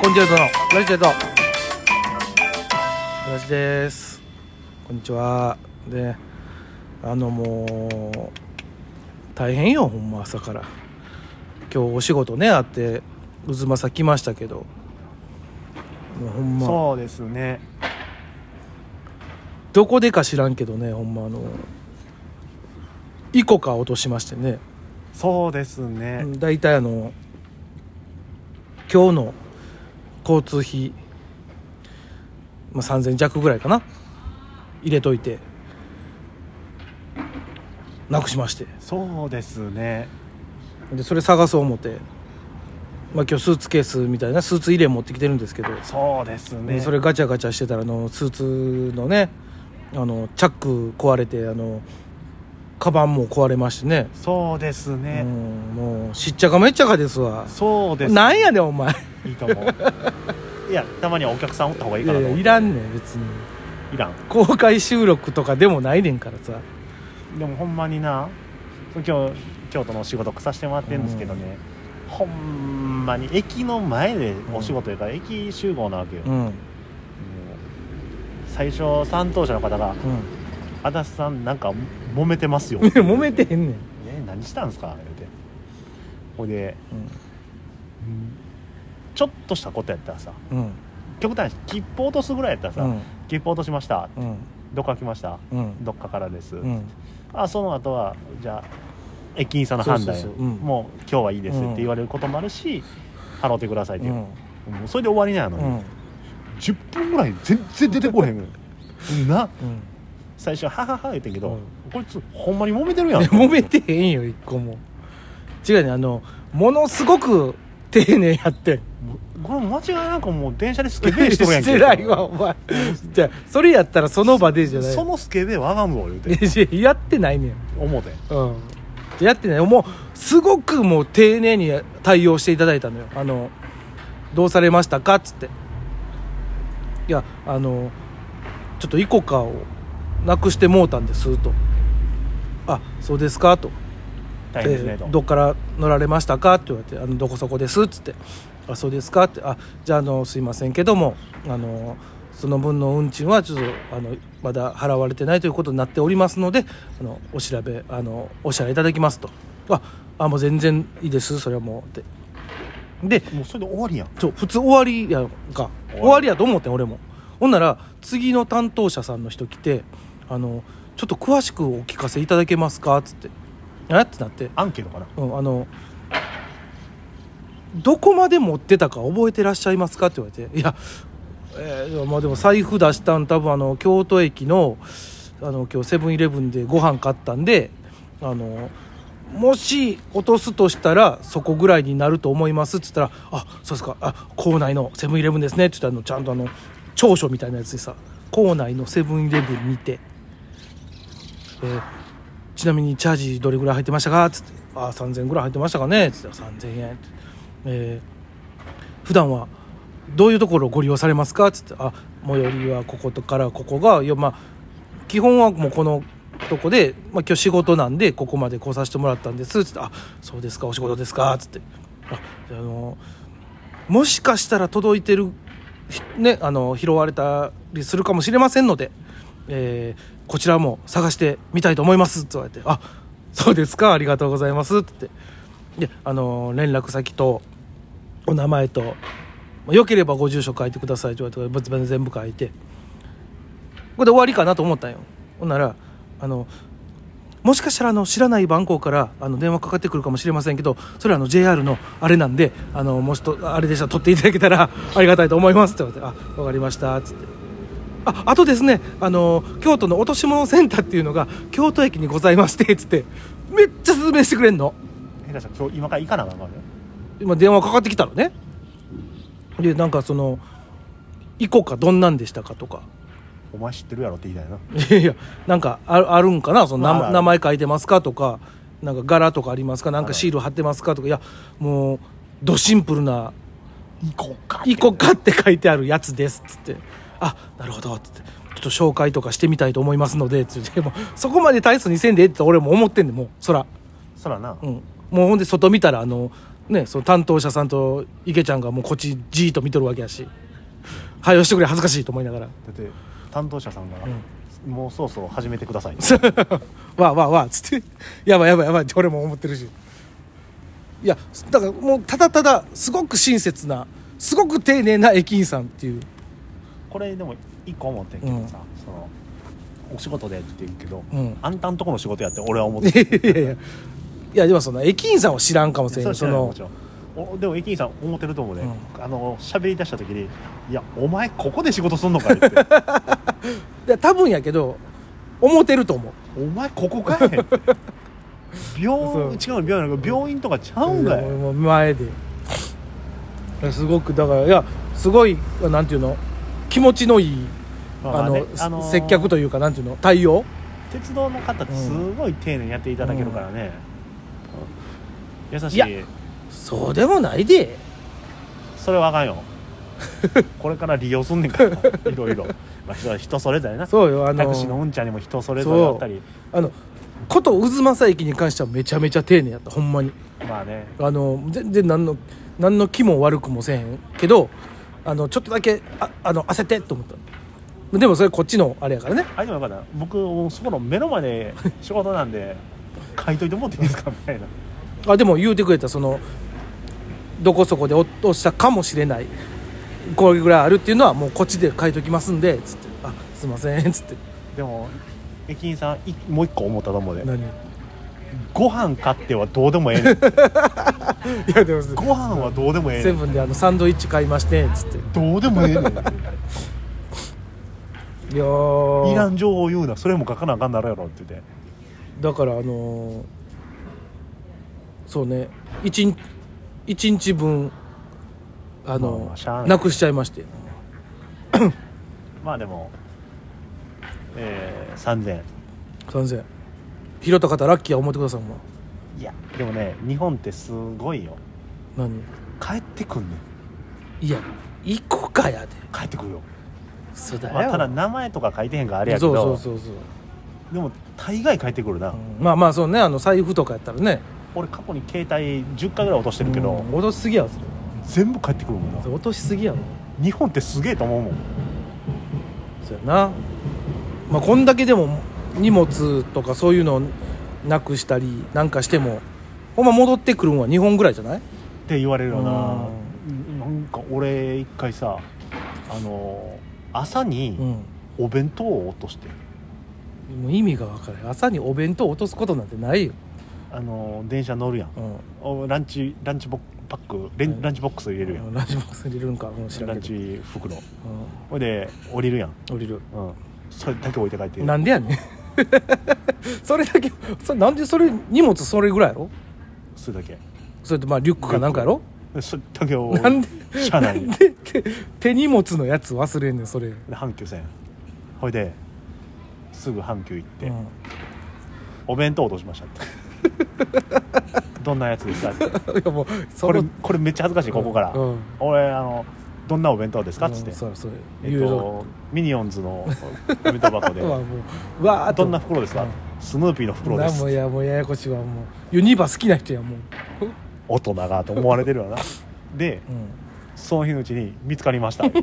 こんにちは殿ラジチェットラジですこんにちはであのもう大変よほんま朝から今日お仕事ねあって渦政来ましたけどもうほんまそうですねどこでか知らんけどねほんまあのイコカ落としましてねそうですね、うん大体あの今日の交通費、まあ、3000弱ぐらいかな入れといてなくしましてそうですねでそれ探そう思って、まあ、今日スーツケースみたいなスーツ入れ持ってきてるんですけど、そうですねでそれガチャガチャしてたらあのスーツのねあのチャック壊れてあのカバンも壊れましてねそうですうね、んもうしっちゃかめっちゃかですわそうですなんやねんお前いいと思ういやたまにはお客さんおった方がいいいかやないとや思っいらんてねん別にいらん公開収録とかでもないねんからさでもほんまにな今日京都のお仕事させてもらってるんですけどね、ほんまに駅の前でお仕事やから駅集合なわけよ、うもうんうん最初担当者の方が「足立さんなんか揉めてます よ」揉めてへんねん、ね、何したんですか?」言うてほいでうちょっとしたことやったらさんうん極端に切符落とすぐらいやったらさ、うん切符落としましたうんどっから来ましたうんどっかからです、うんあその後はじゃあ駅員さんの判断やそうそうそううんもう今日はいいですっうんて言われることもあるし、払ってくださいってう言んう、もうそれで終わりなのうに、ん10分ぐらい全然出てこへんなうん最初ははは言ってんけど、うんこいつほんまに揉めてるいやんや 揉めてへんよ一個も違うねあのものすごく丁寧やってんもうこれ間違いなくもう電車でスケベしとるやんけ してないわお前じゃあそれやったらその場でじゃないそのスケベわがむわ言うていややってないねん思うてうんやってねもうすごくもう丁寧に対応していただいたのよあのどうされましたかっつっていやあのちょっとイコカをなくしてもうたんですとあそうですかと大変ですねえと、ーどっから乗られましたか?」って言われて「あのどこそこです」っつって「あそうですか?」って「あじゃああのすいませんけどもあのその分の運賃はちょっとあのまだ払われてないということになっておりますのであのお調べあのお支払いいただきますと」ああもう全然いいですそれはもう」ってでもうそれで終わりやんそう普通終わりやんか終わり終わりやと思ってん俺もほんなら次の担当者さんの人来て「あのちょっと詳しくお聞かせいただけますか?」っつって「えっ?」てなってアンケートかなうん、あのどこまで持ってたか覚えてらっしゃいますかって言われていや、えーまあ、でも財布出したん多分あの京都駅のあの今日セブンイレブンでご飯買ったんであのもし落とすとしたらそこぐらいになると思いますって言ったら「あそうですかあ校内のセブンイレブンですね」って言ったらあのちゃんとあの長所みたいなやつにさ「校内のセブンイレブンにて」えーちなみにチャージどれぐらい入ってましたか?」っつって「ああ3000ぐらい入ってましたかね?」っつって「3000円」って「えー普段はどういうところをご利用されますか?」っつって「あ最寄りはこことからここがいやまあ基本はもうこのとこで、まあ、今日仕事なんでここまで来させてもらったんです」っつって「あそうですかお仕事ですか?」っつって「あじゃああのもしかしたら届いてる、ひね、あの拾われたりするかもしれませんので、えーこちらも探してみたいと思いますって言われて「あそうですかありがとうございます」って言ってであの連絡先とお名前と「よければご住所書いてください」って言われてぶ全部書いてこれで終わりかなと思ったんよほんならあのもしかしたらあの知らない番号からあの電話かかってくるかもしれませんけどそれはあの JR のあれなんであのもしとあれでしたら取っていただけたら ありがたいと思いますって言われて「あわかりました」っつって。ああとですねあの京都の落とし物センターっていうのが京都駅にございましてっつってめっちゃ説明してくれんの下手したら今日今から行かなあかんからね今電話かかってきたのねでなんかその「イコかどんなんでしたか?」とかお前知ってるやろって言いたいないやいやなんかあるあるんかなその名,、まあある名前書いてますかとかなんか柄とかありますかなんあかるシール貼ってますかとかいやもうドシンプルな行こうか「イコカ」って書いてあるやつですっつって「あなるほど」っつって「ちょっと紹介とかしてみたいと思いますので」つってもうそこまで大層にせんでええって俺も思ってんでもうそら、そらな、うん、もうほんで外見たらあのねその担当者さんと池ちゃんがもうこっちじーっと見とるわけやし「はい押してくれ恥ずかしい」と思いながらって担当者さんが、もうそろそろ始めてください、 「わあ わあわあ」っつって「やばいやばいやばい」って俺も思ってるしいやだからもうただただすごく親切なすごく丁寧な駅員さんっていう これでも一個思ってんけどさ、そのお仕事でって言うけど、うんあんたんとこの仕事やって俺 は思っいてやいやいやいやでもその駅員さんは知らんかもしれそんれそそののもちろんおでも駅員さん思ってると思うね、うあの喋り出した時に「いやお前ここで仕事すんの かい」っていや多分やけど思ってると思う「お前ここかい」 病違うの病院なんか病院とかちゃうんかい、もう前でいやすごくだからいやすごいなんていうの気持ちのいいまあまねの、あのー接客というかなんていうの対応鉄道の方ってすごい丁寧にやっていただけるからね、優しいいやそうでもないでそれはあかんよ これから利用すんねんからいろいろ、まあ、人人それぞれなそうよあタクシーののうんちゃんにも人それぞれあったりあのこと渦政駅に関してはめちゃめちゃ丁寧やったほんまにまあねあの全然何の何の気も悪くもせえへんけどあのちょっとだけああの焦ってと思ったでもそれこっちのあれやからねあれでもよかった僕もうそこの目の 前で仕事なんで書いといてもらっていいですかみたいなあでも言うてくれたそのどこそこで落としたかもしれないこれぐらいあるっていうのはもうこっちで書いときますんでつって「あすいません」つってでも駅員さんいもう一個思ったと思うで何いご飯買ってはどうでもええねんやでもご飯はどうでもええねセんブンであのサンドイッチ買いましてつってどうでもええねんいやーいらん情報言うなそれも書かなあかんなるやろって言ってだからあのーそうね一日一日分あのまあまあしゃあないなくしちゃいましてまあでもえー、3000円三千拾った方ラッキーや思ってくださいもんいやでもね日本ってすごいよ何帰ってくんねんいや行くかやで帰ってくるよ、そうだよ、まあ、ただ名前とか書いてへんからあれやけそどうそうそうそうでも大概帰ってくるな、うんまあまあそうねあの財布とかやったらね俺過去に携帯10回ぐらい落としてるけど、うん落としすぎやわそれ全部帰ってくるもんなそれ落としすぎやわ日本ってすげえと思うもんそうやなまあこんだけでも荷物とかそういうのなくしたりなんかしてもほんま戻ってくるんは日本ぐらいじゃないって言われるよな、なんか俺一回さあの朝うんにお弁当を落として、もう意味が分からへん朝にお弁当落とすことなんてないよ、あの電車乗るやんうんおランチランチボパックレンランチボックス入れるやん、ランチボックスに入れるんかも知らラんンけど、チ袋ほいで降りるやん、うん、降りるうん、それだけ置いて帰ってなんでやねん それだけそれなんでそれ荷物それぐらいやろそれだけそれとまあリュックかなんかやろそれだけをなんで車内にで手手荷物のやつ忘れんねんそれ、で阪急線ほいですぐ阪急行って、うん お弁当落としましたってどんなやつですかっていやもうそこれのこれめっちゃ恥ずかしいここから、うん俺あのどんなお弁当ですかっつって、うんそうそうえ言っうぞ、と、ミニオンズのお弁当箱 でうわもううわーっとどんな袋ですか、うんスヌーピーの袋でなすもうやもうややこしいわもうユニバ好きな人やもう、大人がと思われてるよなでうん、その日のうちに見つかりましたって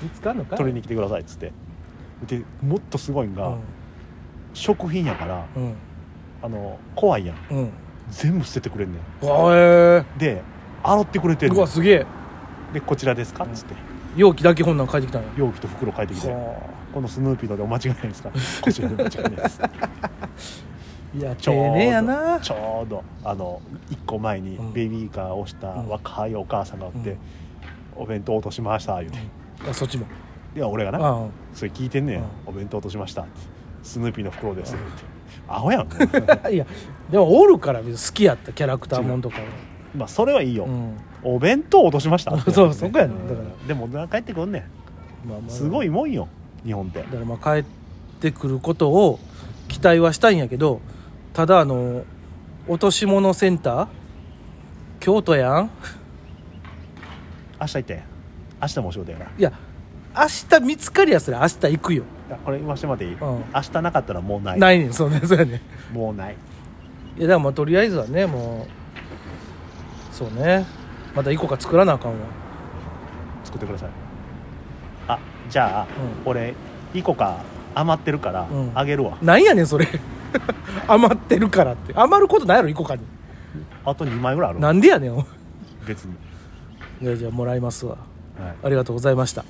見つかんのかい取りに来てくださいっつってでもっとすごいんが、うん食品やからうんあの怖いやんうん全部捨ててくれんねんうわえで洗ってくれてー、るうわすげえでこちらですかっつって容器だけ本なん書いてきたんや容器と袋書いてきてはこのスヌーピーのでお間違いないですかこちらでお間違いない ですあいやち丁ょうど寧やなちょうどあの1個前にうんベビーカーを押した若いお母さんがおって、うんお弁当落としました言うて、あそっちもいや俺があなあ それ聞いてんねん、うんお弁当落としましたってスヌーピーの袋ですってアホやんあいやでもおるから好きやったキャラクターもんとかはまあそれはいいよ、うんお弁当落としましたっ てそうそこやねんだからうんでもな帰ってくんねんまあまあすごいもんよ日本ってだからまあ帰ってくることを期待はしたいんやけどただあの落とし物センター京都やん 明日行って明日もお仕事やからいや明日見つかりやすら明日行くよ、いやこれ言わしてもらっていい、うん明日なかったらもうないないねんそうねそうやねもうないいやだからまあとりあえずはねもうそうねまたい個か作らなあかんわ作ってくださいあじゃあ、俺イコカ余ってるからうんあげるわ、なんやねんそれ 余ってるからって余ることないやろい個かにあと2枚ぐらいあるなんでやねんお前別に、じゃあじゃあもらいますわはいありがとうございました